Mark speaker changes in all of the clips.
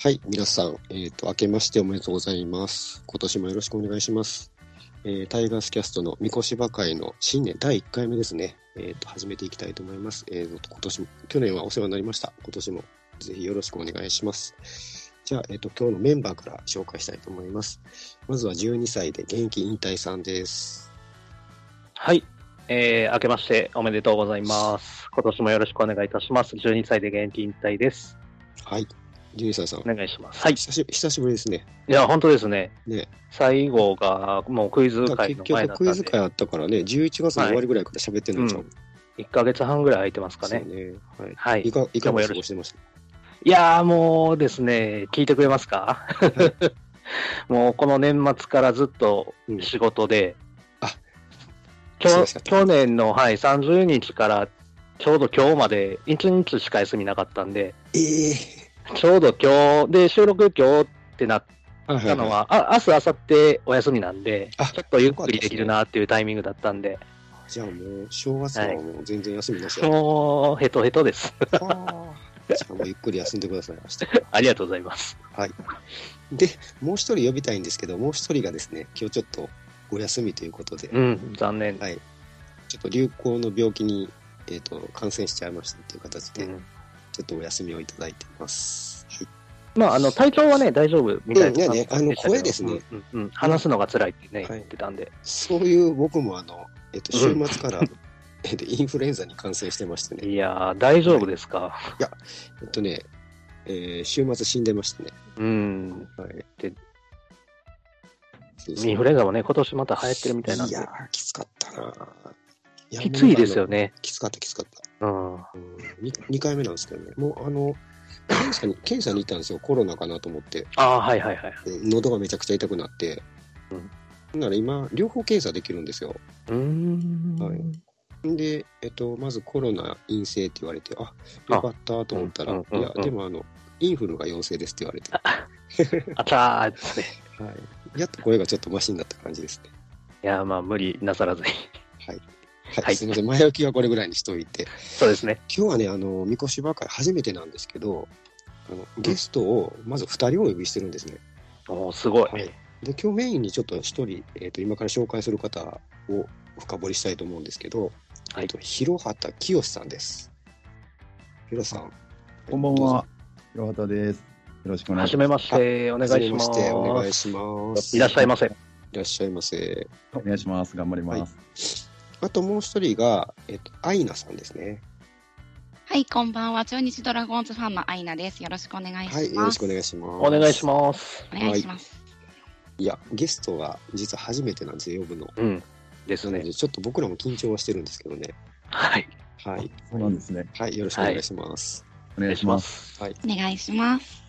Speaker 1: はい、皆さん、えっ、と、明けましておめでとうございます。今年もよろしくお願いします。えータイガースキャストの三越芝会の新年第1回目ですね。えっ、と、始めていきたいと思います。えーと、今年も、去年はお世話になりました。今年もぜひよろしくお願いします。じゃあ、えっ、と、今日のメンバーから紹介したいと思います。まずは12歳で現役引退さんです。
Speaker 2: はい。えー、明けましておめでとうございます。今年もよろしくお願いいたします。12歳で現役引退です。
Speaker 1: はい、12歳さん
Speaker 2: お。願いします。はい。
Speaker 1: 久し久しぶりですね。
Speaker 2: いや、本当ですね。
Speaker 1: ね
Speaker 2: 最後が、もうクイズ
Speaker 1: だから
Speaker 2: 会
Speaker 1: 結
Speaker 2: の前だ
Speaker 1: 局ク
Speaker 2: った
Speaker 1: イ
Speaker 2: ん
Speaker 1: ズ
Speaker 2: で、
Speaker 1: 会あったからね、11月の終わりぐらいから喋ってないんちゃう、
Speaker 2: うん1ヶ月半ぐらい空いてますかね。
Speaker 1: そうね。はい。
Speaker 2: はい。
Speaker 1: い
Speaker 2: い
Speaker 1: かいか
Speaker 2: 今日も
Speaker 1: が
Speaker 2: よ
Speaker 1: 過
Speaker 2: ろしく
Speaker 1: ごしてました
Speaker 2: やー、もうですね、聞いてくれますか もうこの年末からずっと
Speaker 1: うん
Speaker 2: 仕事で、
Speaker 1: あ
Speaker 2: きょ
Speaker 1: 忙しかった
Speaker 2: 去年の、はい、30日からちょうど今日まで1日しか休みなかったんで、
Speaker 1: ええ
Speaker 2: ちょうど今日、で、収録今日ってなっ
Speaker 1: はい
Speaker 2: たのは、あ明日、明後日お休みなんで、
Speaker 1: あ
Speaker 2: ちょっとゆっくりできるなっていうタイミングだったんで、
Speaker 1: い。じゃあもう、正月からはもう全然休みなしや。
Speaker 2: もう、ヘトヘトです。
Speaker 1: はあじゃあもうゆっくり休んでください、明日から。
Speaker 2: ありがとうございます。
Speaker 1: で、もう一人呼びたいんですけど、もう一人がですね、今日ちょっとお休みということで、
Speaker 2: うん、残念。
Speaker 1: はいちょっと流行の病気に、えっと感染しちゃいましたっていう形
Speaker 2: う
Speaker 1: で、
Speaker 2: ん
Speaker 1: ちょっとお休みをいただいてます。はい。
Speaker 2: まあ、あの体調はね、大丈夫みたいな
Speaker 1: うんいやねあの声ですね。
Speaker 2: うんうんうん話すのが辛いってね、
Speaker 1: はい
Speaker 2: 言ってたんで。
Speaker 1: そういう僕もあの、えっ、と、週
Speaker 2: うん
Speaker 1: 末から、えっと、インフルエンザに感染してましてね、
Speaker 2: いやー、大丈夫ですか。
Speaker 1: えっとね、えー週末死んでましたね。
Speaker 2: うん。
Speaker 1: はい。
Speaker 2: で
Speaker 1: そうそう
Speaker 2: インフルエンザもね、今年また流行ってるみたいなん
Speaker 1: い
Speaker 2: で
Speaker 1: や、ー、きつかったなー。や
Speaker 2: きついですよ。ね
Speaker 1: もう。あのきつかった、きつかった。
Speaker 2: うん。
Speaker 1: 二二回目なんですけどね。もう、あの、検査に、 検査に行ったんですよ。コロナかなと思って。
Speaker 2: ああ、はいはいはい。
Speaker 1: で喉がめちゃくちゃ痛くなって。
Speaker 2: うん
Speaker 1: ほんなら今、両方検査できるんですよ。
Speaker 2: うーん。
Speaker 1: はいで、えっと、まずコロナ陰性って言われて、あ、
Speaker 2: あ
Speaker 1: よかったと思ったら、
Speaker 2: うんうんうん
Speaker 1: いや、でもあの、インフルが陽性ですって言われて、
Speaker 2: あちゃーですね。
Speaker 1: はい、やっと声がちょっとマシになった感じですね。
Speaker 2: いやー、まあ、無理なさらずに。
Speaker 1: はい、
Speaker 2: はい
Speaker 1: すみません、前置きはこれぐらいにしといて、
Speaker 2: そうですね。
Speaker 1: 今日はね、あの、みこしばかり初めてなんですけど、あのゲストをまず2人お呼びしてるんですね。
Speaker 2: おーすごい。
Speaker 1: はいで、今日メインにちょっと1人、えっ、と、今から紹介する方を深掘りしたいと思うんですけど、
Speaker 2: は
Speaker 1: え
Speaker 2: い
Speaker 1: っと、広畑清さんです。広畑さん。
Speaker 3: こんばんは。岩畑です。よろしくお願
Speaker 2: はい
Speaker 3: し
Speaker 2: じ
Speaker 3: ま
Speaker 2: め
Speaker 3: す。
Speaker 2: まして、お願い
Speaker 1: はじ
Speaker 2: し
Speaker 1: め
Speaker 2: ま。
Speaker 1: ますして、お願いします。
Speaker 2: いらっしゃいませ。
Speaker 1: いらっしゃいませ。
Speaker 3: お願いします。頑張ります。
Speaker 1: あともう1人が、えっ、と、アイナさんですね。
Speaker 4: はい、こんばんは。中日ドラゴンズファンのアイナです。よろしくお願いします。
Speaker 1: はい、よろしくお願いします。
Speaker 2: お願いします。
Speaker 4: お願いします。
Speaker 1: いや、ゲストは実は初めてなんですよ、呼ぶの。
Speaker 2: うん。です
Speaker 1: なの
Speaker 2: ね。
Speaker 1: で、ちょっと僕らも緊張はしてるんですけどね。
Speaker 2: はい。
Speaker 1: はい。
Speaker 3: そうなんですね。
Speaker 1: はい、よろしくお願いします。
Speaker 3: お願いします。
Speaker 2: す
Speaker 1: はい
Speaker 4: お願いします。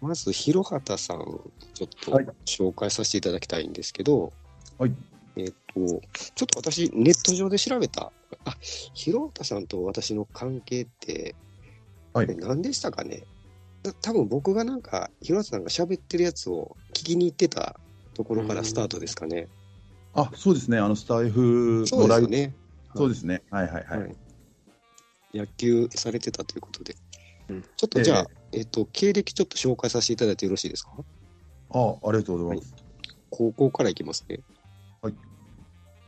Speaker 1: まず、広畑さん、ちょっと
Speaker 3: はい
Speaker 1: 紹介させていただきたいんですけど、
Speaker 3: はい。
Speaker 1: えっと、ちょっと私、ネット上で調べた、あ、広畑さんと私の関係って、
Speaker 3: はい
Speaker 1: これ何でしたかねた多分僕がなんか、広畑さんが喋ってるやつを聞きに行ってたところからスタートですかね。
Speaker 3: あ、そうですね。あのスタイフ
Speaker 1: そうで
Speaker 3: ドラ
Speaker 1: す
Speaker 3: イ
Speaker 1: よ
Speaker 3: ブ。
Speaker 1: ね。
Speaker 3: そうですね。はいはいは。
Speaker 1: はいい、野球されてたということで、
Speaker 2: うん
Speaker 1: ちょっとじゃあ、えっと経歴ちょっと紹介させていただいてよろしいですか
Speaker 3: あ、ありがとうございます。
Speaker 1: 高校からいきますね
Speaker 3: はい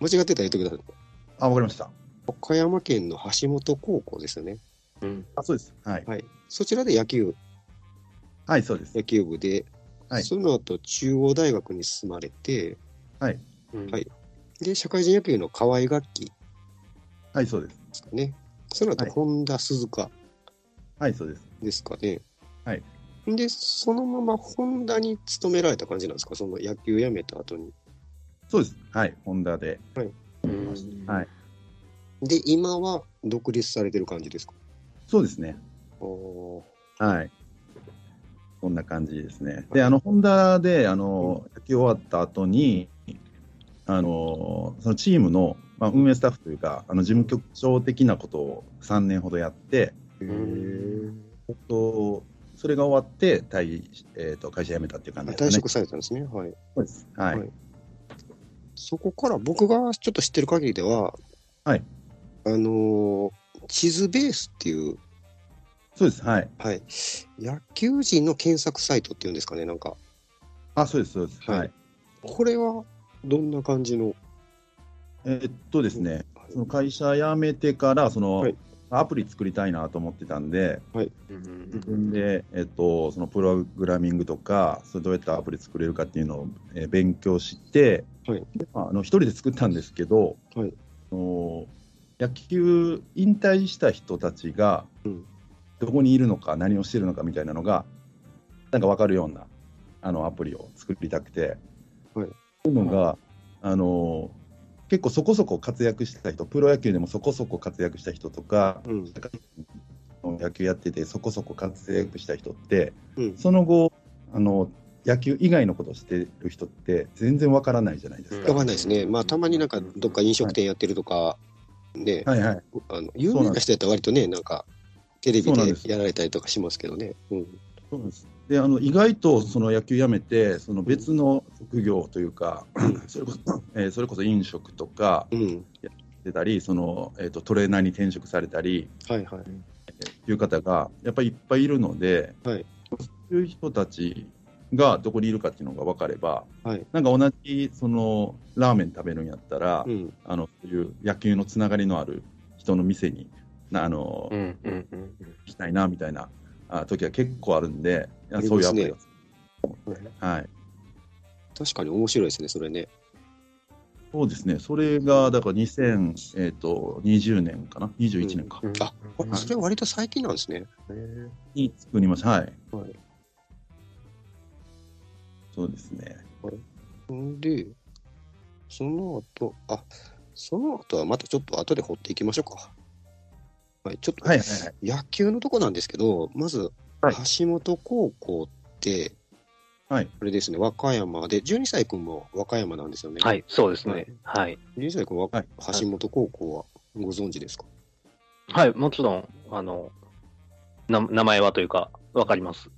Speaker 1: 間違ってたら言ってください
Speaker 3: あ、わかりました。
Speaker 1: 岡山県の橋本高校ですよね
Speaker 2: うん。
Speaker 3: あ、そうです。はい。
Speaker 1: はいそちらで野球
Speaker 3: はい、そうです
Speaker 1: 野。球部で、
Speaker 3: はい
Speaker 1: その後中央大学に進まれて
Speaker 2: うん
Speaker 1: はいで社会人野球の河合楽器で
Speaker 3: はい、そうです。
Speaker 1: すかねその後、
Speaker 3: はい
Speaker 1: 本田鈴鹿
Speaker 3: はい、そうです。
Speaker 1: ですかね
Speaker 3: はい
Speaker 1: でそのまま本田に勤められた感じなんですかその野球辞めた後に
Speaker 3: そうです。はい。ホンダで。
Speaker 2: うん
Speaker 3: はい
Speaker 1: で、今は独立されてる感じですか
Speaker 3: そうですね。
Speaker 1: お
Speaker 3: はい。こんな感じですね。で、あの、ホンダで、あの、野球終わった後に、あの、そのチームの、まあ、運営スタッフというか、あの、事務局長的なことを3年ほどやって、
Speaker 1: へ
Speaker 2: ー
Speaker 3: えっと、それが終わって退、えっと会社辞めたっていう感じです
Speaker 1: 退
Speaker 3: ね。
Speaker 1: 職されたんですね。はい。
Speaker 3: そうです。はい。
Speaker 1: はいそこから僕がちょっと知ってる限りでは、
Speaker 3: はい。
Speaker 1: あのー地図ベースっていう
Speaker 3: そうです、はい。
Speaker 1: はい。野球人の検索サイトっていうんですかね、なんか。
Speaker 3: あ、そうです、そうです。
Speaker 1: はい
Speaker 3: はい。
Speaker 1: これは、どんな感じの。
Speaker 3: えーっとですね、その会社辞めてから、その、
Speaker 1: はい
Speaker 3: アプリ作りたいなと思ってたんで、
Speaker 2: うん
Speaker 3: 自分で、えっと、そのプログラミングとか、それどうやってアプリ作れるかっていうのを、えー勉強して、
Speaker 1: はい
Speaker 3: でまあ、あの一人で作ったんですけど、
Speaker 1: はい
Speaker 3: あの野球引退した人たちが、
Speaker 1: うん
Speaker 3: どこにいるのか、何をしてるのかみたいなのが、なんか分かるようなあのアプリを作りたくて、
Speaker 1: はい
Speaker 3: そういうのが、あの結構そこそこ活躍してた人、プロ野球でもそこそこ活躍した人とか、
Speaker 1: うん。
Speaker 3: 野球やっててそこそこ活躍した人って、
Speaker 1: うん
Speaker 3: その後あの野球以外のことをしてる人って全然わからないじゃないですか。
Speaker 1: わかんないですね。まあ、たまになんか、どっか飲食店やってるとか、ね、
Speaker 3: はいはい、
Speaker 1: あの有名な人やったら割とね、なんか、テレビ
Speaker 3: そうなん
Speaker 1: で
Speaker 3: です
Speaker 1: やられたりとかしますけどね。うん。
Speaker 3: そうなんですであの意外とその野球やめてその別の職業というか、
Speaker 1: ん
Speaker 3: それこそえーそれこそ飲食とか
Speaker 1: うん。
Speaker 3: 出たりその、えー、とトレーナーに転職されたり
Speaker 1: はいはい。
Speaker 3: いう方がやっぱりいっぱいいるので、
Speaker 1: はい
Speaker 3: そういう人たちがどこにいるかっていうのが分かれば、
Speaker 1: はい
Speaker 3: なんか同じそのラーメン食べるんやったら、
Speaker 1: うん。
Speaker 3: あのそういう野球のつながりのある人の店になあの、
Speaker 2: うんうんうんうん
Speaker 3: 行きたいなみたいなあ時は結構あるんで、いや
Speaker 1: あり
Speaker 3: そう
Speaker 1: ま
Speaker 3: いう
Speaker 1: す
Speaker 3: アプ
Speaker 1: ね
Speaker 3: リが、はい、
Speaker 1: 確かに面白いですね、それね。
Speaker 3: そうですね、それがだから2020、えーと、20年かな、21年か、
Speaker 2: うん
Speaker 1: あ、これそれ割と最近なんですね。
Speaker 3: に作りました、はい、
Speaker 1: はい
Speaker 3: そうですね、
Speaker 1: んで、その後、あ、その後はまたちょっと後で掘っていきましょうか。はい、ちょっと
Speaker 3: はいはいはい、
Speaker 1: 野球のとこなんですけど、まず、
Speaker 2: はい
Speaker 1: 橋本高校って、
Speaker 3: はい
Speaker 1: あれですね、和歌山で、12歳くんも和歌山なんですよね。
Speaker 2: はい、そうですね。はい。
Speaker 1: 12歳くんは、
Speaker 3: はい
Speaker 1: 橋本高校はご存知ですか、
Speaker 2: はい、もちろん、あの、な名前はというか、わかります。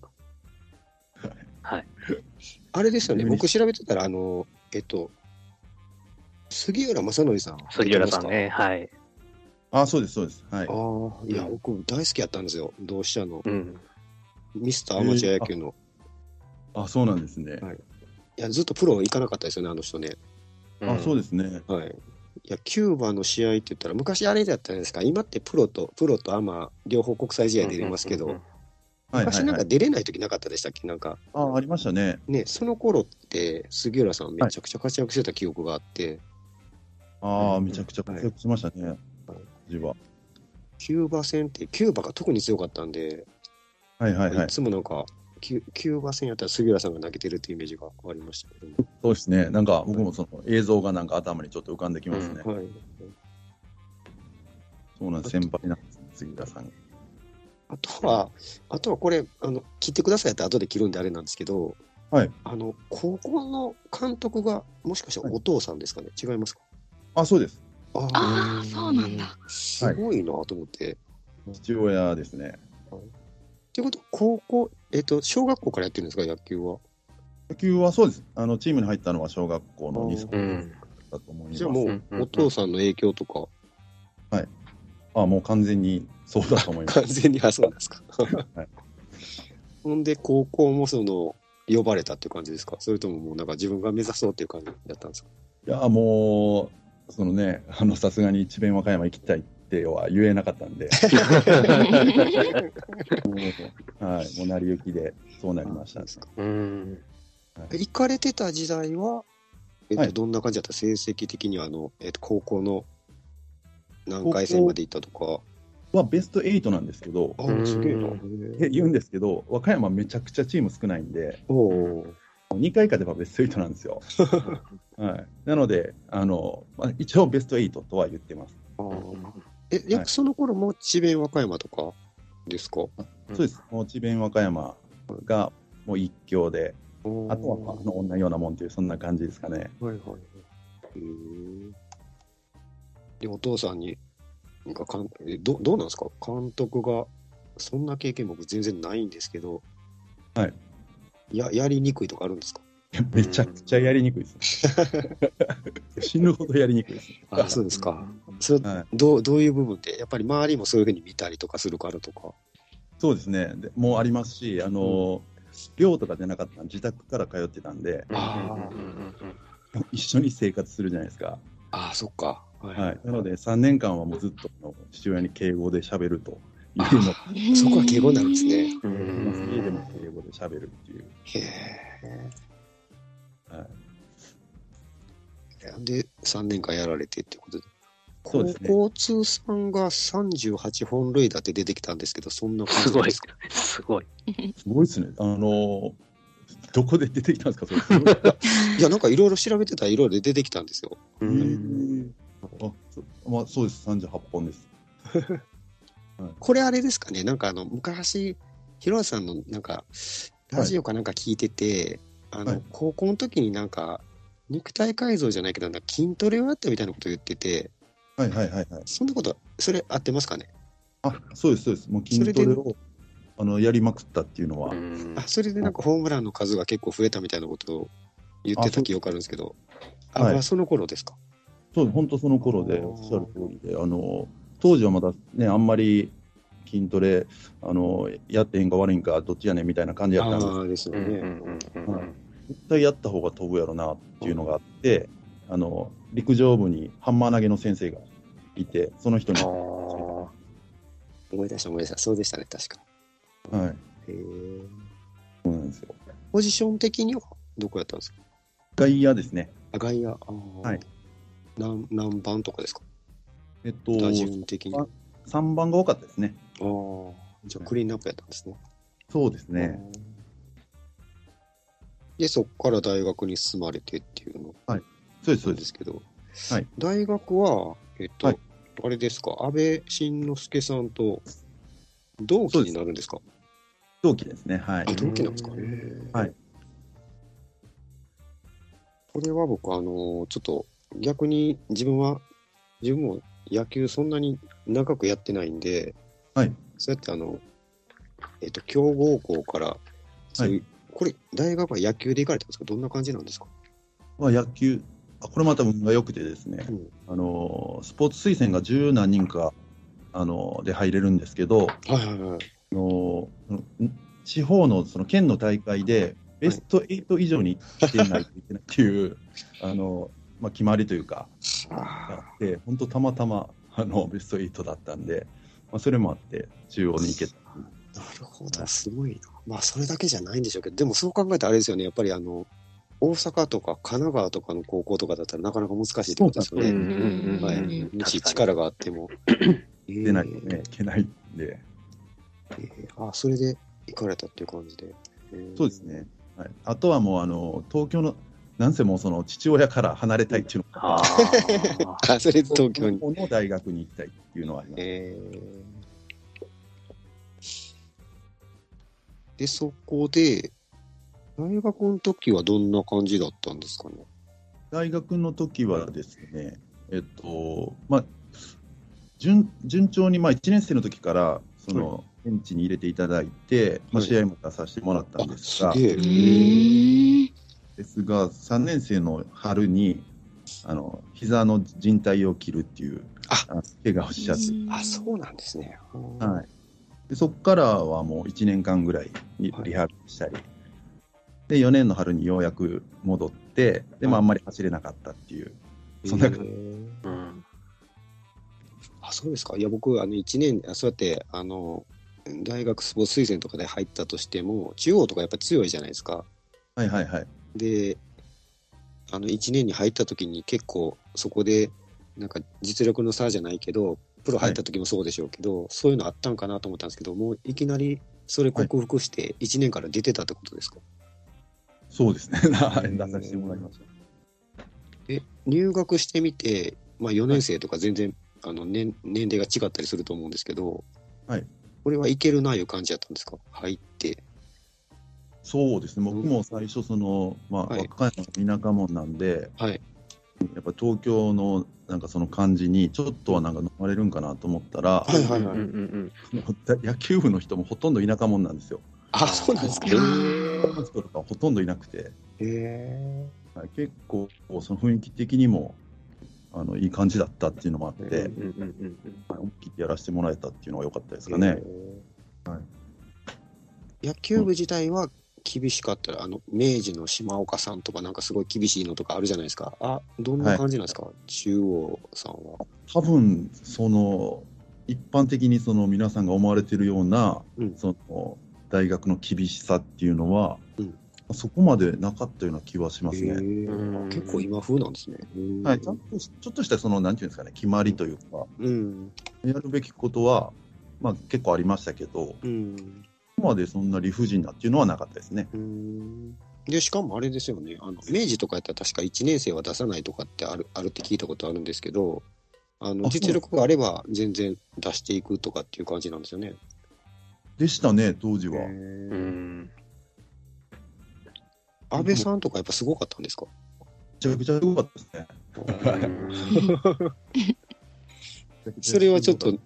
Speaker 1: あれですよね、
Speaker 3: うん
Speaker 1: 僕調べてたら、あの、えっと、杉浦正則さん。
Speaker 2: 杉浦さんね。はい。
Speaker 3: あそうです、そうです、はい
Speaker 1: あ、あ、いや、
Speaker 2: うん
Speaker 1: 僕大好きやったんですよ、同志社の、
Speaker 2: うん。
Speaker 1: ミスターアマチュア野球の。
Speaker 3: あそうなんですね、
Speaker 1: はいいや、ずっとプロ行かなかったですよね、あの人ね。
Speaker 3: あそう
Speaker 2: う
Speaker 3: ですね、
Speaker 1: はい。いや、キューバの試合って言ったら、昔あれだったじゃないですか、今ってプロと、プロとアマ、両方国際試合
Speaker 2: で
Speaker 1: で出れますけど、
Speaker 3: はいは
Speaker 1: 昔
Speaker 3: い
Speaker 1: なん
Speaker 3: は
Speaker 1: か
Speaker 3: い、
Speaker 1: 出れない時なかったでしたっけ、なんか、
Speaker 3: あありましたね、
Speaker 1: ね、その頃って、杉浦さん、めちゃくちゃ活躍してた記憶があって、
Speaker 3: あ
Speaker 2: う
Speaker 3: あ、
Speaker 2: ん
Speaker 3: めちゃくちゃ活躍しましたね、自は。
Speaker 1: キューバ戦って、キューバが特に強かったんで、
Speaker 3: はいはい
Speaker 1: い
Speaker 3: はい、
Speaker 1: つもなんか、キュキューバ戦やったら杉浦さんが投げてるっていうイメージがありましたけども、
Speaker 3: そうですね、なんか僕もその映像がなんか頭にちょっと浮かんできますね。
Speaker 2: う
Speaker 1: はい。
Speaker 3: そうなんです、先輩なんです、杉田さんが。
Speaker 1: あとは、あとはこれ、あの、切ってくださいって後で切るんであれなんですけど、
Speaker 3: はい。
Speaker 1: あの、高校の監督が、もしかしたらお父さんですかね、違いますか
Speaker 3: あ、そうです、
Speaker 1: あ
Speaker 4: ああ、そうなんだ。。
Speaker 1: すごいなと思って。
Speaker 3: 父親ですね。
Speaker 1: ということは、高校、えっ、と、小学校からやってるんですか、野球は。
Speaker 3: 野球はそうです、あのチームに入ったのは小学校の2歳
Speaker 2: うん。うん
Speaker 3: だと思います。
Speaker 1: じゃあも
Speaker 2: う、
Speaker 1: うん
Speaker 2: うん
Speaker 1: お父さんの影響とか、
Speaker 3: あもう完全にそうだと思います。
Speaker 1: 完全に、あ、そうなんですか。
Speaker 3: はい
Speaker 1: ほんで、高校もその、呼ばれたっていう感じですかそれとももうなんか自分が目指そうっていう感じだったんですか
Speaker 3: いや、もう、そのね、あのさすがに智弁和歌山行きたいっては言えなかったんで、もうはい、もう成り行きでそうなりました。
Speaker 2: うん。
Speaker 1: 行かれてた時代は、えっと
Speaker 3: はい
Speaker 1: どんな感じだった成績的にはあの、えっと高校の何回戦まで行ったとか。
Speaker 3: はベスト8なんですけど、
Speaker 1: ああ、すげえな
Speaker 2: う。
Speaker 3: え言うんですけど、和歌山めちゃくちゃチーム少ないんで、
Speaker 1: おおー。
Speaker 3: 2回勝てばベスト8なんです よ。はい、なのであの、まあ、一応ベスト8とは言ってます。
Speaker 1: あ
Speaker 2: う
Speaker 1: ー
Speaker 2: ん
Speaker 1: え、やっ
Speaker 3: はい
Speaker 1: ぱその頃も智弁和歌山とかですか、
Speaker 2: うん
Speaker 3: そうです、もう智弁和歌山がもう一強で、あとはまああの女ようなもんという、そんな感じですかね。
Speaker 1: はいはいはい。へーで、お父さんに、なんかかんえどどうなんですか監督が、そんな経験僕全然ないんですけど、
Speaker 3: はい。
Speaker 1: や、やりにくいとかあるんですか
Speaker 3: めちゃくちゃやりにくいです。 死ぬほどやりにくいです。
Speaker 1: あ、そうですか。それ
Speaker 3: は
Speaker 1: どうどういう部分で、やっぱり周りもそういうふうに見たりとかするからとか。
Speaker 3: そうですね、でもうありますし、あの寮とかじゃなかったら自宅から通ってたんで、
Speaker 1: あー
Speaker 2: うんうんうんうん
Speaker 3: 一緒に生活するじゃないですか。
Speaker 1: ああ、そっか。は
Speaker 3: はい、なので、3年間はもうずっとあの父親に敬語で喋るというのを
Speaker 1: そこは敬語になるんですね。
Speaker 2: う
Speaker 3: 家で
Speaker 2: ん
Speaker 3: も敬語で喋るっていう。
Speaker 1: へえ。
Speaker 3: はい
Speaker 1: で、3年間やられてってことで。
Speaker 3: そうですね
Speaker 1: 高校通算が38本塁打って出てきたんですけど、そんな感
Speaker 2: す
Speaker 1: じなん
Speaker 2: ご
Speaker 1: で
Speaker 2: い
Speaker 1: すか。、
Speaker 2: すごい。
Speaker 3: すごいですね。あのーどこで出てきたんですか、それ。すごい
Speaker 1: いや、なんかいろいろ調べてたらいろいろ出てきたんですよ。
Speaker 2: う
Speaker 3: うんん あそまあ、そうです、38本です。
Speaker 1: これあれですかね、なんかあの昔、ヒロさんのなんか、
Speaker 3: はい
Speaker 1: ラジオかなんか聞いてて、あの、
Speaker 3: はい
Speaker 1: 高校の時になんか、肉体改造じゃないけど、なんか筋トレをやったみたいなこと言ってて、
Speaker 3: はいはいはいはい。
Speaker 1: そんなこと、それ合ってますかね。
Speaker 3: あそうです、そうです。もう筋トレをあのやりまくったっていうのは、
Speaker 1: あ、それでなんかホームランの数が結構増えたみたいなことを言ってた記憶あるんですけど、あ、
Speaker 3: あそうはい
Speaker 1: まあその頃ですか。
Speaker 3: そう本当その頃で、おっしゃる通りで、あの当時はまだね、あんまり筋トレあの、やってへんか悪いんか、どっちやねんみたいな感じやったんです
Speaker 1: ああ、ですよ
Speaker 2: う
Speaker 1: ね。
Speaker 2: んうんうんうんうん
Speaker 3: 絶対やった方が飛ぶやろなっていうのがあって、あの陸上部にハンマー投げの先生がいて、その人に、
Speaker 2: あ
Speaker 3: は
Speaker 2: ー
Speaker 1: 思い出した思い出した。そうでしたね、確か。
Speaker 3: い、
Speaker 1: へえ。
Speaker 3: そうなんですよ。
Speaker 1: ポジション的にはどこやったんですか
Speaker 3: 外野ですね。
Speaker 1: あ、外野。あー
Speaker 3: はい。
Speaker 1: 何、何番とかですか
Speaker 3: えっと、
Speaker 1: 打順的に。あ
Speaker 3: あ3番が多かったですね。
Speaker 1: あー。じゃあクリーンナップやったんですね。
Speaker 3: そうですね。
Speaker 1: あー。で、そこから大学に進まれてっていうの
Speaker 3: そうです、そ
Speaker 1: な
Speaker 3: うん
Speaker 1: で
Speaker 3: で。
Speaker 1: すすけど、
Speaker 3: はい
Speaker 1: 大学は、えっと、
Speaker 3: はい
Speaker 1: あれですか、安倍晋之助さんと同期になるんですか
Speaker 3: 同期ですね。はい。
Speaker 1: あ、同期なんですか
Speaker 2: う
Speaker 1: ね
Speaker 2: ん。
Speaker 3: はい
Speaker 1: これは僕、あの、ちょっと逆に自分は、自分も野球そんなに長くやってないんで、
Speaker 3: はい
Speaker 1: そうやってあの、えっと、強豪校から、そういう、これ、大学は野球で行かれたんですかどんな感じなんですか
Speaker 3: は野球、あこれまた運が良くてですね、
Speaker 1: うん
Speaker 3: あのースポーツ推薦が十何人か、あのーで入れるんですけど、
Speaker 1: はいはいはい。
Speaker 3: あのーん地方のその県の大会で、ベスト8以上に行ってないといけないっていう、あのーまあ、決まりというか、あって、本当、たまたまあのベスト8だったんで、まあ、それもあって、中央に行けた。
Speaker 1: なるほど、すごいな。まあ、それだけじゃないんでしょうけど、でもそう考えたらあれですよね、やっぱりあの、大阪とか神奈川とかの高校とかだったらなかなか難しいってことですよ
Speaker 2: うんう
Speaker 1: ね。
Speaker 2: んうん
Speaker 1: は
Speaker 4: うん
Speaker 1: い。もし
Speaker 2: 確かに
Speaker 1: 力があっても。
Speaker 3: 出ないとね、いけないんで、
Speaker 1: えーえーあ、それで行かれたっていう感じで。えー
Speaker 3: そうです。ね。はい、あとはもう、あの東京の、なんせもうその父親から離れたいっていうのが
Speaker 2: あー
Speaker 1: あ、それで東京に。
Speaker 3: 東京の大学に行きたいっていうのはあります。
Speaker 1: えーで、そこで、大学の時はどんな感じだったんですかね。
Speaker 3: 大学の時はですね、えっと、まあ、順順調に、まあ、1年生の時から、その、現地に入れていただいて、まあ、
Speaker 1: はい
Speaker 3: 試合も出させてもらったん
Speaker 1: あ、
Speaker 3: です
Speaker 1: す
Speaker 3: が、
Speaker 1: げえ。
Speaker 3: ですが、3年生の春に、あの、膝の靭帯を切るっていう、
Speaker 1: あ
Speaker 3: あの怪我をしちゃって、
Speaker 1: あ、そうなんですね。
Speaker 3: はい、でそこからはもう1年間ぐらいリ
Speaker 1: はい
Speaker 3: リハビリしたり、で4年の春にようやく戻って、でも
Speaker 1: はい
Speaker 3: あんまり走れなかったっていう、そんな感じ
Speaker 1: へー
Speaker 2: うん
Speaker 1: あそうですかいや僕あの1年あそうやってあの大学スポーツ推薦とかで入ったとしても中央とかやっぱ強いじゃないですか
Speaker 3: はいはいはい、
Speaker 1: であの1年に入った時に結構そこでなんか実力の差じゃないけどプロ入った時もそうでしょうけど、そういうのあったんかなと思ったんですけどもういきなりそれ克服して1年から出てたってことですか、
Speaker 3: そうですね、はい出させてもらいました。
Speaker 1: え入学してみて、まあ、4年生とか全然、あの年年齢が違ったりすると思うんですけど、
Speaker 3: はい、
Speaker 1: これはいけるないう感じだったんですか入って。
Speaker 3: そうですね、僕も最初その、まあ、
Speaker 1: はい
Speaker 3: 和歌山の田舎もんなんで、
Speaker 1: はい
Speaker 3: やっぱ東京のなんかその感じに、ちょっとはなんか飲まれるんかなと思った
Speaker 1: は
Speaker 3: ら、
Speaker 1: いはい
Speaker 2: うん
Speaker 1: はい
Speaker 2: うん
Speaker 3: 野球部の人もほとんど田舎もんなんですよ、
Speaker 1: あそうなんですか。
Speaker 4: へ
Speaker 1: へ
Speaker 4: ー
Speaker 3: 人とかほとんどいなくて。
Speaker 1: え
Speaker 3: はい、結構その雰囲気的にもあのいい感じだったっていうのもあって、
Speaker 2: うんうんうんうん
Speaker 3: 思いっきりやらせてもらえたっていうのが良かったですかね。
Speaker 1: えー
Speaker 3: はい
Speaker 1: 野球部自体は厳しかったら、あの、明治の島岡さんとか、なんかすごい厳しいのとかあるじゃないですか。あ、どんな感じなんですか、中央さんは。
Speaker 3: 多分その一般的にその皆さんが思われてるような、
Speaker 1: うん
Speaker 3: その大学の厳しさっていうのは、
Speaker 1: うん
Speaker 3: そこまでなかったような気はします
Speaker 1: へ
Speaker 3: ね。
Speaker 1: ー
Speaker 2: うん
Speaker 1: 結構今風なんですね。うん
Speaker 3: はい、ちゃんとしちょっとしたそのなんていうんですかね決まりというか
Speaker 1: うん。
Speaker 3: やるべきことは、まあ、結構ありましたけど
Speaker 1: うん。
Speaker 3: そこまでそんな理不尽なっていうのはなかったですね。
Speaker 1: うんで、しかもあれですよね、あの明治とかやったら確か1年生は出さないとかってあるあるって聞いたことあるんですけど、あの
Speaker 3: あ
Speaker 1: 実力があれば全然出していくとかっていう感じなんですよね。
Speaker 3: でしたね当時は。
Speaker 2: う
Speaker 1: 安
Speaker 2: ん。
Speaker 1: 倍さんとかやっぱすごかったんですか
Speaker 3: めちゃくちゃ良かったですね。
Speaker 1: それはちょっと、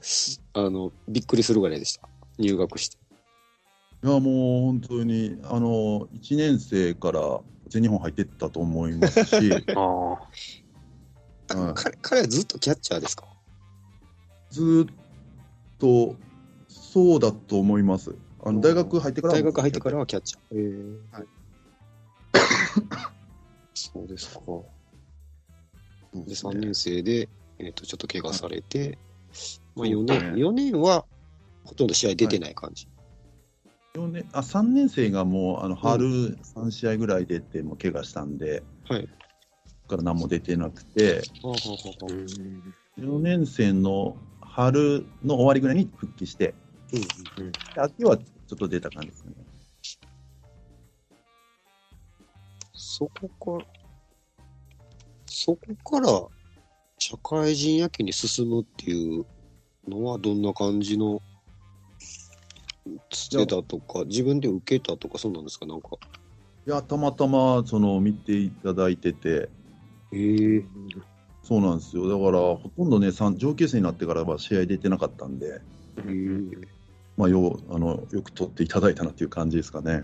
Speaker 1: すあの、びっくりするぐらいでした。入学して。
Speaker 3: いやもう本当にあの1年生から全日本入ってったと思いますし、はい、
Speaker 2: ああ。
Speaker 3: あ
Speaker 1: 彼彼はずっとキャッチャーですか
Speaker 3: ずーっとそうだと思います。あの大学入ってから
Speaker 1: 大学入ってからはキャッチャー。はい、そうですか。
Speaker 3: そう
Speaker 1: で
Speaker 3: です
Speaker 1: 3
Speaker 3: ね
Speaker 1: 年生で、えー、とちょっと怪我されて、まあ、
Speaker 3: そ
Speaker 1: 4
Speaker 3: うですね
Speaker 1: 年四年はほとんど試合出てない感じ。
Speaker 3: 四年あ3年生がもうあの春3試合ぐらい出てもう怪我したんで、
Speaker 1: はい
Speaker 3: そこから何も出てなくて
Speaker 1: うん
Speaker 3: 4年生の春の終わりぐらいに復帰してで秋はちょっと出た感じですね。
Speaker 1: そこから、そこから社会人野球に進むっていうのはどんな感じのつてたとか、自分で受けたとか、そうなんですか、なんか。
Speaker 3: いやたまたまその見ていただいてて
Speaker 1: えー、
Speaker 3: そうなんですよだからほとんどねさん上級生になってからは試合出てなかったんで、
Speaker 1: えー
Speaker 3: まあ、ようあのよく取っていただいたなっていう感じですかね。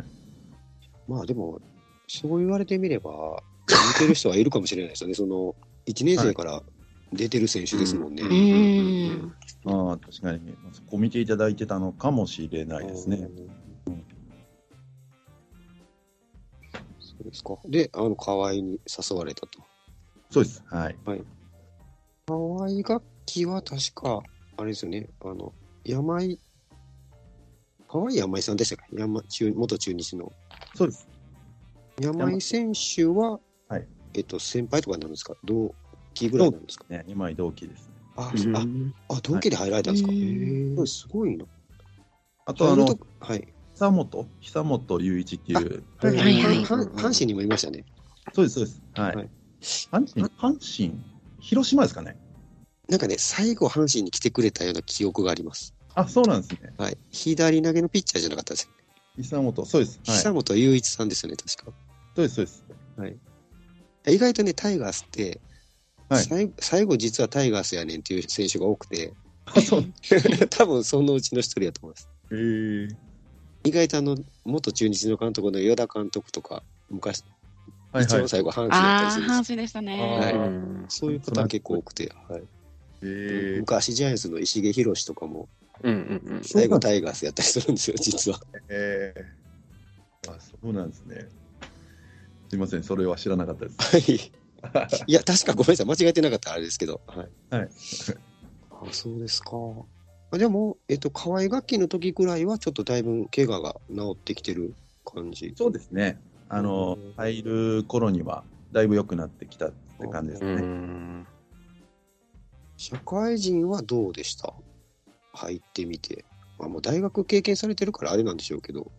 Speaker 1: まあでも、そう言われてみれば、似てる人はいるかもしれないですよね。その、1年生から出てる選手ですもんね。
Speaker 4: うん
Speaker 3: ああ確かにまあそこ見ていただいてたのかもしれないですね。
Speaker 1: うん。そうですか。で、あの、河合に誘われたと。
Speaker 3: そうです。はい。
Speaker 1: 河合楽器は確か、あれですよね、あの、山井、河合山井さんでしたか山中元中日の。
Speaker 3: そうです。
Speaker 1: 山井選手は、
Speaker 3: はい
Speaker 1: えっと、先輩とかになるんですか同期ぐらいなんですか
Speaker 3: ね、今井同期ですね。
Speaker 1: あ、あ、あ、同期で入られたんですか。
Speaker 4: はい
Speaker 1: へえ、すごいな。
Speaker 3: あと、あの、
Speaker 1: はい。
Speaker 3: 久本、久本雄一っていう、
Speaker 4: いはいはい
Speaker 1: 阪阪神にもいましたね。
Speaker 3: そうです、そうです。はい。
Speaker 1: はい
Speaker 3: 阪神、阪神、広島ですかね。
Speaker 1: なんかね、最後阪神に来てくれたような記憶があります。
Speaker 3: あ、そうなんですね。
Speaker 1: はい。左投げのピッチャーじゃなかったですよ。
Speaker 3: 久本、そうです。はい。
Speaker 1: 久
Speaker 3: そう
Speaker 1: 本雄一さんですよね、確か。
Speaker 3: です、そうです。
Speaker 1: 意外とね、タイガースって、
Speaker 3: はい
Speaker 1: 最最後実はタイガースやねんっていう選手が多くて、
Speaker 3: あ、そう。へ
Speaker 1: 多分そのうちの一人やと思います。
Speaker 3: えー。
Speaker 1: 意外とあの、元中日の監督の与田監督とか、昔、
Speaker 3: はい
Speaker 1: 一
Speaker 3: はい
Speaker 1: 番。最後阪神やったり
Speaker 4: あ
Speaker 1: す
Speaker 4: あ、
Speaker 1: るんです
Speaker 4: 阪神でした
Speaker 1: は
Speaker 4: ね。
Speaker 1: い
Speaker 2: うん
Speaker 1: そういうことは結構多くて、はい。
Speaker 3: えー、
Speaker 1: 昔ジャイアンツの石毛博士とかも
Speaker 2: うんうん
Speaker 1: 最後タイガースやったりするんですよ実は
Speaker 3: えー。あ、そうなんですね。すいません、それは知らなかったです。
Speaker 1: はいいや確かごめんなさい間違えてなかったらあれですけどはい、
Speaker 3: はい、
Speaker 1: あそうですかあでもえっと河合楽器の時ぐらいはちょっとだいぶ怪我が治ってきてる感じ
Speaker 3: そうですね。あの
Speaker 1: うん、
Speaker 3: 入る頃には、だいぶ良くなってきたって感じです
Speaker 2: う
Speaker 3: ね。
Speaker 2: ん。
Speaker 1: 社会人はどうでした入ってみて、まあ、もう大学経験されてるからあれなんでしょうけど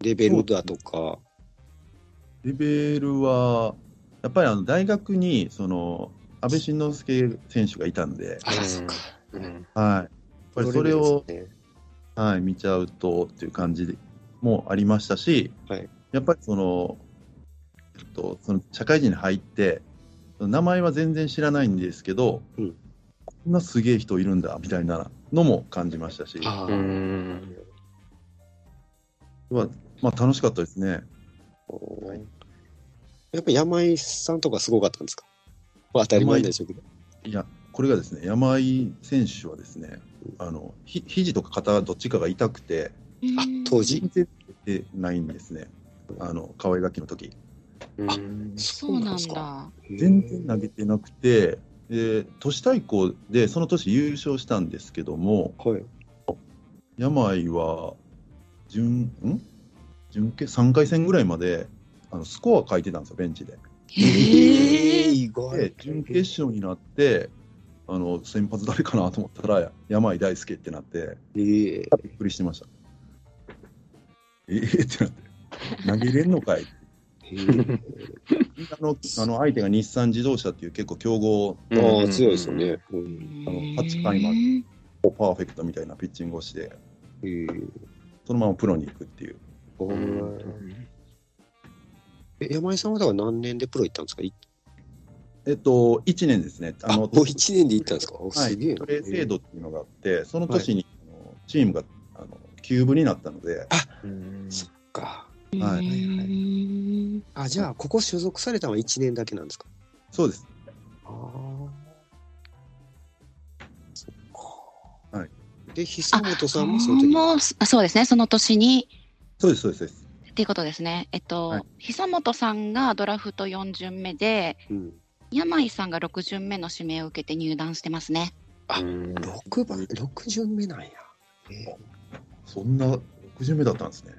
Speaker 1: レベルだとか
Speaker 3: レベルは、やっぱりあの大学にその安倍晋之助選手がいたんで、
Speaker 1: あそっか
Speaker 2: うん。
Speaker 3: はい、やっぱりそれを、
Speaker 1: プロレベルですね
Speaker 3: はい、見ちゃうとっていう感じもありましたし、
Speaker 1: はい
Speaker 3: やっぱりその、えっと、その社会人に入って、名前は全然知らないんですけど、
Speaker 1: うん
Speaker 3: こんなすげえ人いるんだみたいなのも感じましたし、
Speaker 1: あ
Speaker 2: う
Speaker 1: ー
Speaker 2: ん。
Speaker 3: まあ、楽しかったですね。
Speaker 1: はいやっぱ山井さんとかすごかったんですか、まあ、当たり前でしょうけど。
Speaker 3: いや、これがですね、山井選手はですね、あのひ肘とか肩どっちかが痛くて、
Speaker 1: あ当時
Speaker 3: 全然出てないんですね、あの可愛がきの時
Speaker 2: うん
Speaker 1: あ
Speaker 4: そうなん
Speaker 1: ですか
Speaker 4: だ。
Speaker 3: 全然投げてなくて、で都市対抗でその年優勝したんですけども、
Speaker 1: はい
Speaker 3: 病は準ん準決3回戦ぐらいまであのスコア書いてたんですよ、ベンチで。
Speaker 4: へえ。
Speaker 1: 意外
Speaker 3: で、準決勝になって、あの先発誰かなと思ったら、病大輔ってなって、
Speaker 1: ええ
Speaker 3: びっくりしてました。えー、ってなって、投げれんのかいあのあの相手が日産自動車っていう結構強豪
Speaker 1: あ
Speaker 2: うん
Speaker 1: あー、強いですよね。うん
Speaker 3: あの8回までパーフェクトみたいなピッチングをして、
Speaker 1: ええ
Speaker 3: そのままプロに行くっていう、
Speaker 1: お
Speaker 2: う
Speaker 1: ー
Speaker 2: ん
Speaker 1: え山井さんはだから何年でプロ行ったんですかい
Speaker 3: えっと、1年ですね、
Speaker 1: あもう1年で行ったんですかお
Speaker 3: は
Speaker 1: す
Speaker 3: い、
Speaker 1: げえな。
Speaker 3: プレー制度っていうのがあって、その年に、あのチームがあのキューブになったので、
Speaker 2: うん
Speaker 1: そっか。
Speaker 3: はい
Speaker 1: はいはい
Speaker 4: い。
Speaker 1: あ、じゃあ、ここ所属されたのは1年だけなんですか
Speaker 3: そうです、
Speaker 1: ああ。そっか。
Speaker 3: はい。
Speaker 1: で、久本さんもその時
Speaker 4: もうあそうですね、その年に
Speaker 3: そうです、そうですそうです、
Speaker 4: っていうことですね。えっと、
Speaker 3: はい
Speaker 4: 久本さんがドラフト4巡目で、
Speaker 1: うん、
Speaker 4: 山井さんが6巡目の指名を受けて入団してますね。
Speaker 1: あ
Speaker 2: うん
Speaker 1: 6番、6巡目なんや。
Speaker 3: そんな60名だったんですね。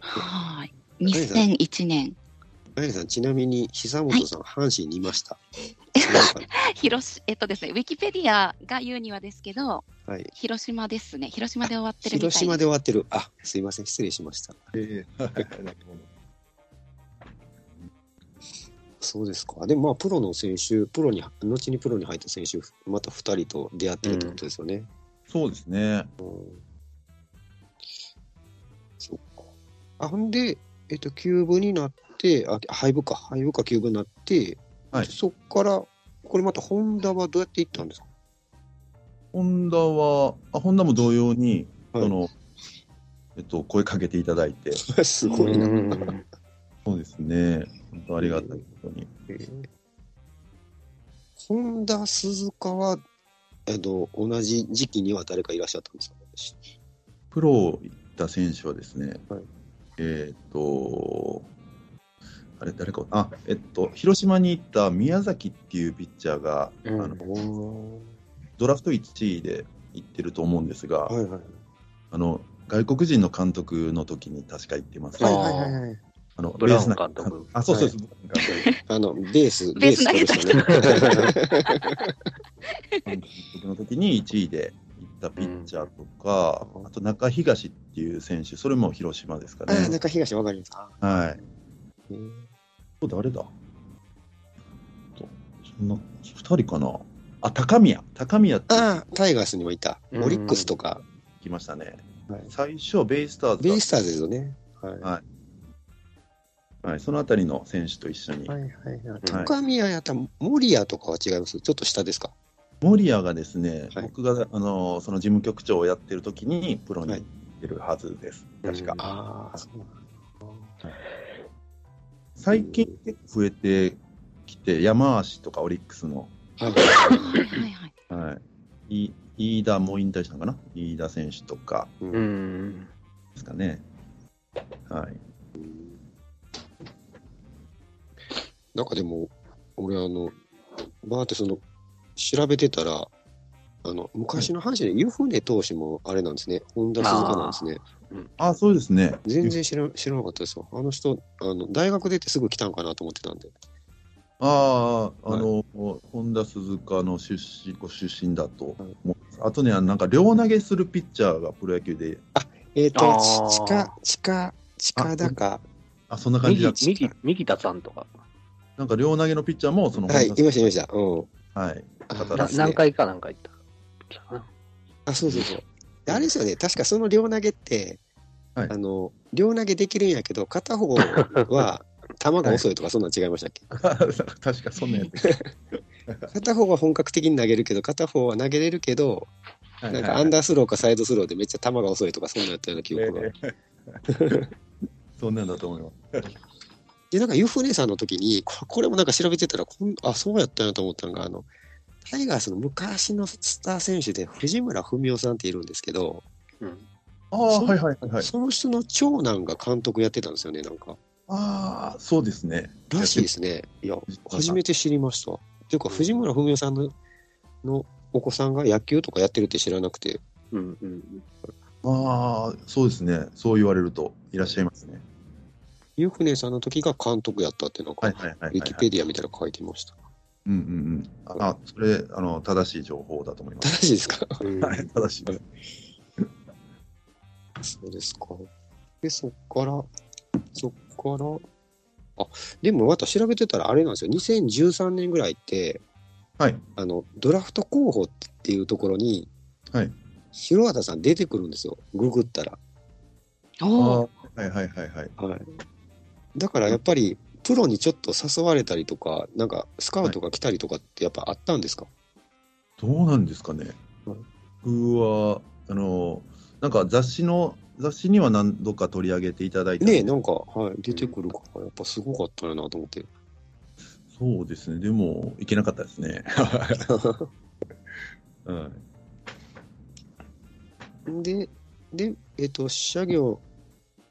Speaker 4: はい。2001年。
Speaker 1: あやさん、ちなみに久本さん、阪神にいました。
Speaker 4: 広し、えっとですね、ウィキペディアが言うにはですけど、
Speaker 1: はい。
Speaker 4: 広島ですね。広島で終わってるみたい
Speaker 1: 広島で終わってる。あ、すいません、失礼しました。
Speaker 3: え
Speaker 1: そうですか。でも、まあ、プロの選手、プロに、後にプロに入った選手、また2人と出会ってるってことですよね。
Speaker 3: そうですね、
Speaker 1: そっか。あ、ほんで、えっと、キューブになって、あ、廃部か、廃部か、キューブになって、
Speaker 3: はい
Speaker 1: そっから、これまた、ホンダはどうやって行ったんですか
Speaker 3: ホンダは、あホンダも同様に、
Speaker 1: はい
Speaker 3: そのえっと、声かけていただいて、
Speaker 1: これ すごいな。
Speaker 2: うん
Speaker 3: そうですね、本当ありがたいことに。
Speaker 1: えーホンダ、鈴鹿は、えっと、同じ時期には誰かいらっしゃったんですか
Speaker 3: プロ行った選手はですね、
Speaker 1: はい
Speaker 3: えーっと、あれ、誰か、あえっと、広島に行った宮崎っていうピッチャーが、
Speaker 2: うん
Speaker 3: あのドラフト1位で行ってると思うんですが、
Speaker 1: はいはい。
Speaker 3: あの外国人の監督の時に確か行ってます、
Speaker 2: あ
Speaker 1: は
Speaker 2: ー
Speaker 1: いはいはいはい。
Speaker 3: あの
Speaker 2: ブラウン
Speaker 3: ベースな
Speaker 2: 監督
Speaker 3: あ、そうそうそう、ブラウン監
Speaker 1: あの、ベース、
Speaker 4: ベース投げた人
Speaker 1: ベースとですよね
Speaker 3: 督の時に1位で行ったピッチャーとか、
Speaker 1: うん
Speaker 3: あと中東っていう選手、それも広島ですか
Speaker 1: あー、
Speaker 3: ね。
Speaker 1: 中東わかります。あ
Speaker 3: はい。
Speaker 1: えー
Speaker 3: と誰だとそんな2人かなあ高宮高宮って
Speaker 1: ああ、タイガースにもいた。
Speaker 2: うん
Speaker 1: オリックスとか、
Speaker 3: 来ましたね、
Speaker 1: はい
Speaker 3: 最初はベイスターズ
Speaker 1: ベ
Speaker 3: だ
Speaker 1: イスターズですよね。はい。
Speaker 3: ははい、そのあたりの選手と一緒に、
Speaker 1: いはいはい高宮やったら、森谷とかは違います。ちょっと下ですか。
Speaker 3: 守谷がですね、
Speaker 1: はい
Speaker 3: 僕があのその事務局長をやってる時にプロに行ってるはずです、
Speaker 2: はい
Speaker 3: 確か、
Speaker 2: うん
Speaker 1: ああ、
Speaker 3: 最近結構増えてきて山足とかオリックスの、
Speaker 1: はい。
Speaker 4: はいはいはい。
Speaker 3: はい、い飯田も引退したのかな飯田選手とか
Speaker 2: うん
Speaker 3: ですかねはい
Speaker 1: なんかでも、俺あの、バーってその、調べてたら、あの、昔の話で、湯船投手もあれなんですね。本田鈴鹿なんですね。
Speaker 3: あそうですね
Speaker 1: 全然知ら知らなかったですよ。あの人、あの、大学出てすぐ来たんかなと思ってたんで。
Speaker 3: ああ、あの、本田鈴鹿の出身、ご出身だと思います。あとね、あのなんか両投げするピッチャーがプロ野球で、
Speaker 1: えっ、
Speaker 2: あ
Speaker 1: と、
Speaker 2: ー
Speaker 1: ち近、近、近だか。
Speaker 3: あ、そんな感じだ
Speaker 2: 右。右右田さんとか、
Speaker 3: なんか両投げのピッチャーも、その
Speaker 1: はい、
Speaker 3: 本
Speaker 1: い
Speaker 3: 田
Speaker 1: ました、いました。うん。
Speaker 3: はい、
Speaker 1: あ
Speaker 2: な
Speaker 1: ですね
Speaker 2: 何回か何回行ったかな。
Speaker 1: あ、そうそうそう。であれですよね、確かその両投げって、
Speaker 3: はい
Speaker 1: あの、両投げできるんやけど、片方は球が遅いとか、そんなん違いましたっけ、
Speaker 3: 確かそんなやつ。
Speaker 1: 片方は本格的に投げるけど、片方は投げれるけど、
Speaker 3: はい
Speaker 1: なんかアンダースローかサイドスローでめっちゃ球が遅いとか、そんなんやったような記憶が。
Speaker 3: そんなんだと思います。
Speaker 1: で、なんか、ユフネさんの時に、ここれもなんか調べてたら、こんあ、そうやったなと思ったのが、あの、タイガースの昔のスター選手で、藤村文雄さんっているんですけど、
Speaker 2: うん
Speaker 3: ああ、
Speaker 1: そう
Speaker 3: はいはいはいはい。
Speaker 1: その人の長男が監督やってたんですよね、なんか。
Speaker 3: ああ、そうですね。
Speaker 1: らしいですね。いや、初め
Speaker 3: て。
Speaker 1: て知りました。っていうか、藤村文雄さんののお子さんが野球とかやってるって知らなくて、
Speaker 2: うんうん。
Speaker 3: ああ、そうですね。そう言われるといらっしゃいますね。
Speaker 1: 湯船さんの時が監督やったって、なんか、ウ
Speaker 3: はいはいはいはい、
Speaker 1: ィキペディアみたいなの書いてました。
Speaker 3: うんうんうん。あ、それ、あの、正しい情報だと思いま
Speaker 1: 正
Speaker 3: す。
Speaker 1: しいですか
Speaker 2: うん
Speaker 3: はい、正しいです。
Speaker 1: そうですか。で、そっから、そっから、あ、でもまた調べてたらあれなんですよ。2013年ぐらいって、
Speaker 3: はい。
Speaker 1: あの、ドラフト候補っていうところに、
Speaker 3: はい。
Speaker 1: 広畑さん出てくるんですよ。ググったら。
Speaker 4: おお。
Speaker 3: はいはいはいはい。
Speaker 1: はい、だからやっぱりプロにちょっと誘われたりとか、なんかスカウトが来たりとかってやっぱあったんですか、
Speaker 3: どうなんですかね。僕は、あの、なんか雑誌の、雑誌には何度か取り上げていただいた
Speaker 1: ねえ、なんか、はい、出てくるから、やっぱすごかったよなと思って。
Speaker 3: そうですね。でも、いけなかったで すね。はい。
Speaker 1: で、で、えっ、と、社業、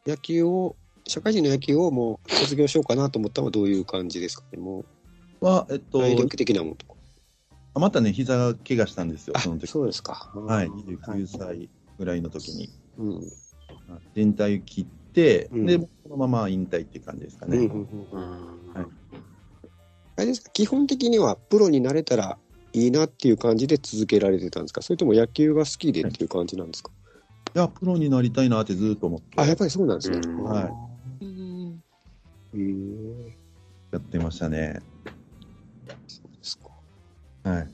Speaker 1: 野球を、社会人の野球をもう卒業しようかなと思ったのはどういう感じですかね、もう、
Speaker 3: は、えっと、
Speaker 1: 体力的なものとか。
Speaker 3: あまたね、膝が怪我したんですよ、
Speaker 1: あ
Speaker 3: その時。
Speaker 1: そうですか。
Speaker 3: はい、
Speaker 1: はい
Speaker 3: 29歳ぐらいの時に。
Speaker 1: うん。
Speaker 3: 全体切って、
Speaker 1: うん
Speaker 3: で、このまま引退っていう感じですか
Speaker 1: うんう
Speaker 3: ね。
Speaker 1: んうん
Speaker 3: はい
Speaker 1: あれですか基本的にはプロになれたらいいなっていう感じで続けられてたんですかそれとも野球が好きでっていう感じなんですか、
Speaker 3: いや、プロになりたいなってずっと思って
Speaker 1: あやっぱりそうなんですね。
Speaker 2: うん
Speaker 3: は
Speaker 4: うん
Speaker 1: い。へえ
Speaker 3: やってましたね。
Speaker 1: そうですか。
Speaker 3: はい。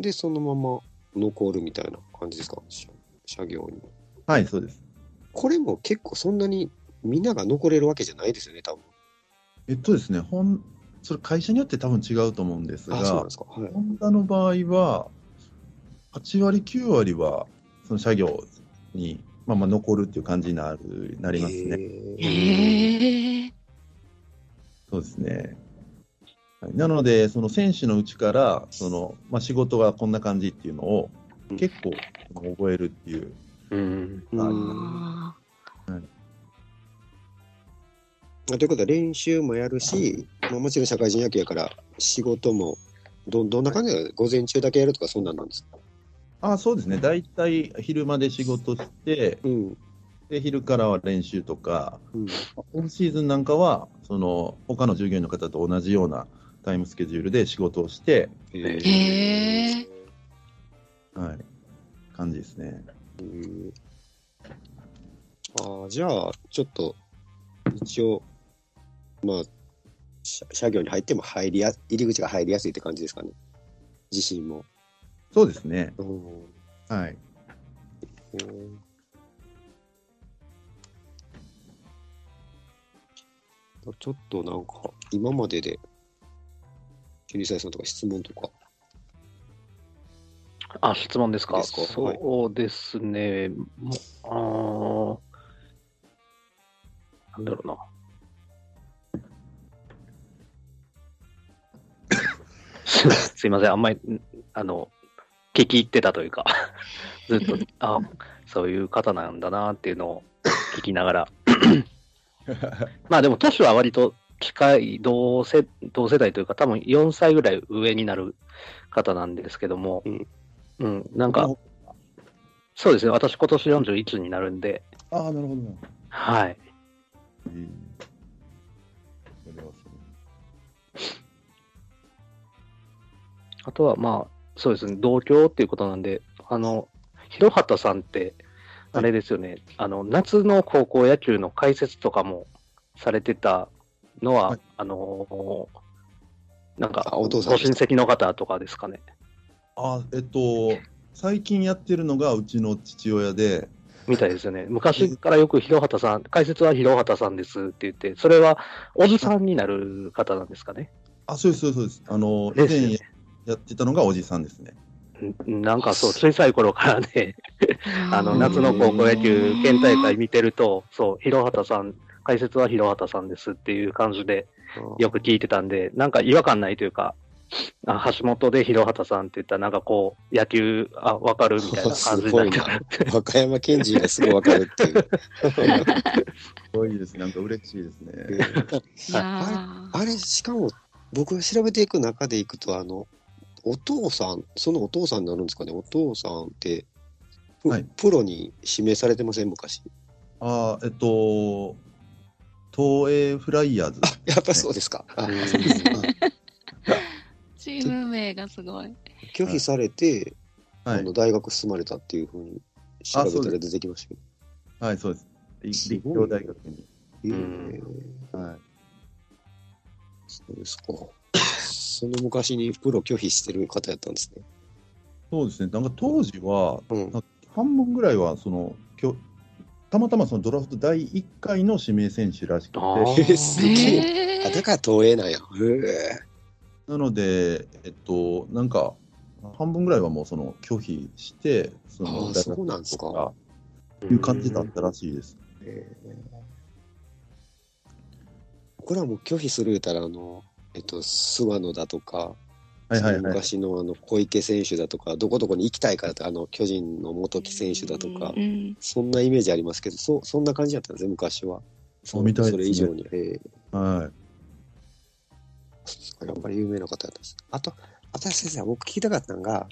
Speaker 1: で、そのまま残るみたいな感じですか社社業に。
Speaker 3: はい、そうです。
Speaker 1: これも結構そんなにみんなが残れるわけじゃないですよね、多分。
Speaker 3: えっとですね、ほんそれ会社によって多分違うと思うんです
Speaker 1: あ、そうなん
Speaker 3: が
Speaker 1: で、すか。はい。
Speaker 3: ホンダの場合は、8割、9割は、その社業に、まあまあ残るっていう感じになる、なりますね。
Speaker 1: へえ
Speaker 4: へえ。
Speaker 3: そうですね。はいなので、その選手のうちから、そのまあ、仕事がこんな感じっていうのを
Speaker 2: うん、
Speaker 3: 結構覚えるっていう、
Speaker 2: うん。
Speaker 1: うん
Speaker 4: あ
Speaker 1: ということは練習もやるし、まあ、もちろん社会人野球やから仕事もどどんな感じで午前中だけやるとかそんなんなんですか
Speaker 3: ああそうですね、大体昼まで仕事して、
Speaker 1: うん、
Speaker 3: で昼からは練習とか、
Speaker 1: うん
Speaker 3: 今シーズンなんかは、その他の従業員の方と同じようなタイムスケジュールで仕事をして、
Speaker 2: へ
Speaker 4: ーへえ。
Speaker 3: はい、感じですね。
Speaker 1: あーじゃあ、ちょっと、一応、まあ、社社業に入っても入りや、入り口が入りやすいって感じですかね。自身も。
Speaker 3: そうですね、
Speaker 1: うん
Speaker 3: はい、
Speaker 1: うんちょっとなんか、今までで、桐沢さんとか質問とか、
Speaker 2: あ、質問ですか。
Speaker 1: ですかはい
Speaker 2: そうですね。もあーなんだろうな。 すすいません、あんまり、んあの、聞き入ってたというか、ずっと、あそういう方なんだなっていうのを聞きながら。まあでも、年は割と近い同世、同世代というか、多分4歳ぐらい上になる方なんですけども、
Speaker 1: うん
Speaker 2: うん、なんか、そうですね、私、今年41になるんで、
Speaker 3: ああ、なるほどな。
Speaker 2: はい。
Speaker 3: うんそれはそう
Speaker 2: あとは、まあ、そうですね、同居っていうことなんで、あの、広畑さんって、あれですよね、あの、夏の高校野球の解説とかもされてたのは、
Speaker 3: はい
Speaker 2: あのーなんか、
Speaker 1: あ
Speaker 2: ご
Speaker 1: お父さんです
Speaker 2: 親戚の方とかですかね。
Speaker 3: あえっと、最近やってるのがうちの父親で、
Speaker 2: みたいですよね。昔からよく広畑さん、解説は広畑さんですって言って、それはおじさんになる方なんですかね。
Speaker 3: あ、そうです、そうです、そうです。あの、以
Speaker 2: ですよ
Speaker 3: 前
Speaker 2: ね
Speaker 3: ややってたのがおじさんですね。
Speaker 2: んなんかそう、小さい頃からね、あの
Speaker 4: ー
Speaker 2: 夏の高校野球県大会見てると、そう、広畑さん、解説は広畑さんですっていう感じでよく聞いてたんで、なんか違和感ないというか、あ橋本で広畑さんって言ったら、なんかこう、野球、あ、わかるみた いな感じになっちゃう。
Speaker 1: 和歌山県人がすぐ分かるっていう。
Speaker 3: すごいですね。なんか嬉しいですね。
Speaker 4: いや
Speaker 1: あれ、しかも、僕が調べていく中でいくと、あの、お父さん、そのお父さんになるんですかね、お父さんって、プ
Speaker 3: はい
Speaker 1: プロに指名されてません、昔。
Speaker 3: あーえっと、東映フライヤーズ。
Speaker 1: やっぱそうですか。あそうですか
Speaker 4: ーチーム名がすごい。
Speaker 1: 拒否されて、
Speaker 3: は
Speaker 1: あの
Speaker 3: い、
Speaker 1: 大学進まれたっていうふうに調べたら出てきましたけど。
Speaker 3: はい、そうです。
Speaker 1: す
Speaker 3: 立
Speaker 1: ごい
Speaker 3: 立教大学に。
Speaker 1: え
Speaker 2: ん
Speaker 1: え
Speaker 3: はい、
Speaker 1: そうですか。その昔にプロ拒否してる方やったんですね。
Speaker 3: そうですね。なんか当時は、
Speaker 1: うん。
Speaker 3: 半分ぐらいは、その、きょたまたまそのドラフト第1回の指名選手らしくて、
Speaker 2: あー
Speaker 1: えすげえ。
Speaker 4: え
Speaker 1: あだ
Speaker 4: ー、
Speaker 1: から東映なんや。へ
Speaker 3: なので、えっと、なんか、半分ぐらいはもうその拒否して、そ
Speaker 1: あ
Speaker 3: の
Speaker 1: ー
Speaker 3: 大
Speaker 1: そうなん
Speaker 3: 学
Speaker 1: です
Speaker 3: と
Speaker 1: か
Speaker 3: かいう感じだったらしいです。
Speaker 1: え僕らも拒否する言うたら、あの、えっと、諏訪野だとか、
Speaker 3: はいは
Speaker 1: その
Speaker 3: いはい。
Speaker 1: 昔のあの小池選手だとか、どこどこに行きたいからとか、あの巨人の元木選手だとか
Speaker 4: う、ん。
Speaker 1: そんなイメージありますけど、そそんな感じだったんですね、昔は。
Speaker 3: そうみたいです
Speaker 1: そ
Speaker 3: ね
Speaker 1: れ以上に。ええ
Speaker 3: はい。
Speaker 1: やっぱり有名な方だったんです。あと、あたし先生、僕聞きたかったのが、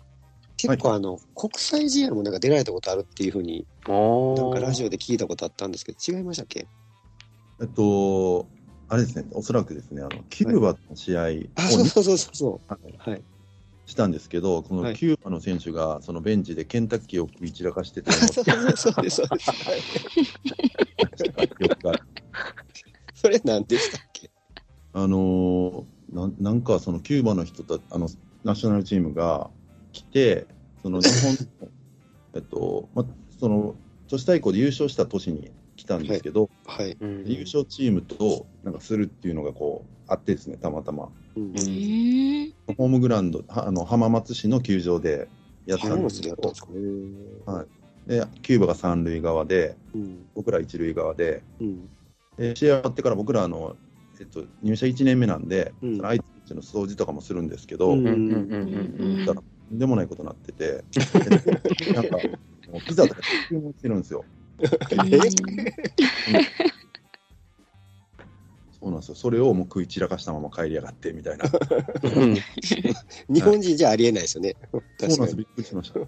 Speaker 1: 結構あの、国際試合もなんか出られたことあるっていうふうに、
Speaker 2: お
Speaker 1: なんかラジ
Speaker 2: オ。
Speaker 1: オで聞いたことあったんですけど、違いましたっけ
Speaker 3: えっと、あれですね、おそらくですね、あのキューバの試合を
Speaker 1: あ、そうそうそうそうそ
Speaker 3: はい、
Speaker 1: う。はい。
Speaker 3: したんですけど、こ
Speaker 1: は
Speaker 3: の
Speaker 1: い
Speaker 3: キューバの選手がそのベンチでケンタッキーを食い散らかしてた
Speaker 1: あ
Speaker 3: のを
Speaker 1: そうそうそうです、そうです。はい
Speaker 3: 記憶が
Speaker 1: それ何でしたっけ
Speaker 3: あのーなんなんかそのキューバの人たあのナショナルチームが来て、その日本 の、えっとま、その都市対抗で優勝した年に来たんですけど、
Speaker 1: はい。
Speaker 2: うん
Speaker 3: 優勝チームとなんかするっていうのがこうあってですね、たまたま、
Speaker 1: うん
Speaker 2: う。
Speaker 4: うんん。
Speaker 3: ホームグラウンド、はあの浜松市の球場でやった
Speaker 1: 浜
Speaker 3: んで
Speaker 1: 松
Speaker 3: す
Speaker 1: で
Speaker 3: け
Speaker 1: やったん
Speaker 3: ど
Speaker 1: です、かね。
Speaker 3: はいでキューバが三塁側で、
Speaker 1: うん。
Speaker 3: 僕ら一塁側で、
Speaker 1: うん。
Speaker 3: で試合終わってから僕らあの、えっと、入社1年目なんで、
Speaker 1: うん
Speaker 3: その相手の掃除とかもするんですけど、
Speaker 1: うん
Speaker 2: うんうんうん
Speaker 3: だからとんでもないことになってて、でなんか、もうピザとか注文してるんですよ。そうなんですよ。それをもう食い散らかしたまま帰りやがってみたいな。そう
Speaker 2: うんうん。
Speaker 1: 日本人じゃありえないですよね。
Speaker 3: なん
Speaker 1: 確か
Speaker 3: です。
Speaker 1: に。
Speaker 3: びっくりしました。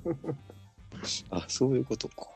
Speaker 1: あ、そういうことか。